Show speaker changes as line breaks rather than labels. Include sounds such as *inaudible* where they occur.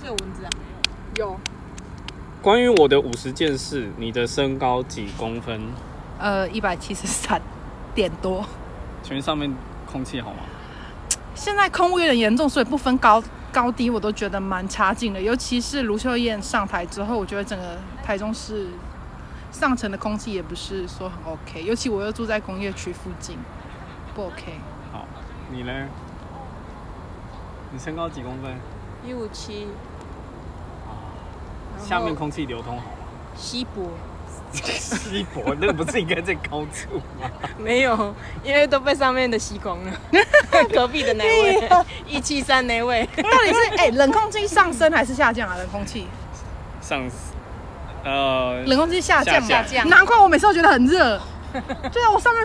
是有蚊子啊？
有，
关于我的五十件事，你的身高几公分？
呃，一百七十三点多。
请问上面空气好吗？
现在空污有点严重，所以不分高高低，我都觉得蛮差劲的。尤其是卢秀燕上台之后，我觉得整个台中市上层的空气也不是说很 OK，尤其我又住在工业区附近，不 OK。
好，你嘞？你身高几公分？
一五七，然后
下面空气流通好
*laughs*
吗？ *laughs*
稀薄，
稀薄，那个不是应该在高处吗？
没有，因为都被上面的吸光了。 *laughs* 隔壁的那位， *laughs* 一七三那位，
到底是哎、冷空气上升还是下降啊？冷空气，
上司，呃，
冷空气下降嘛，
下
降
难怪我每次都觉得很热。对啊，我上面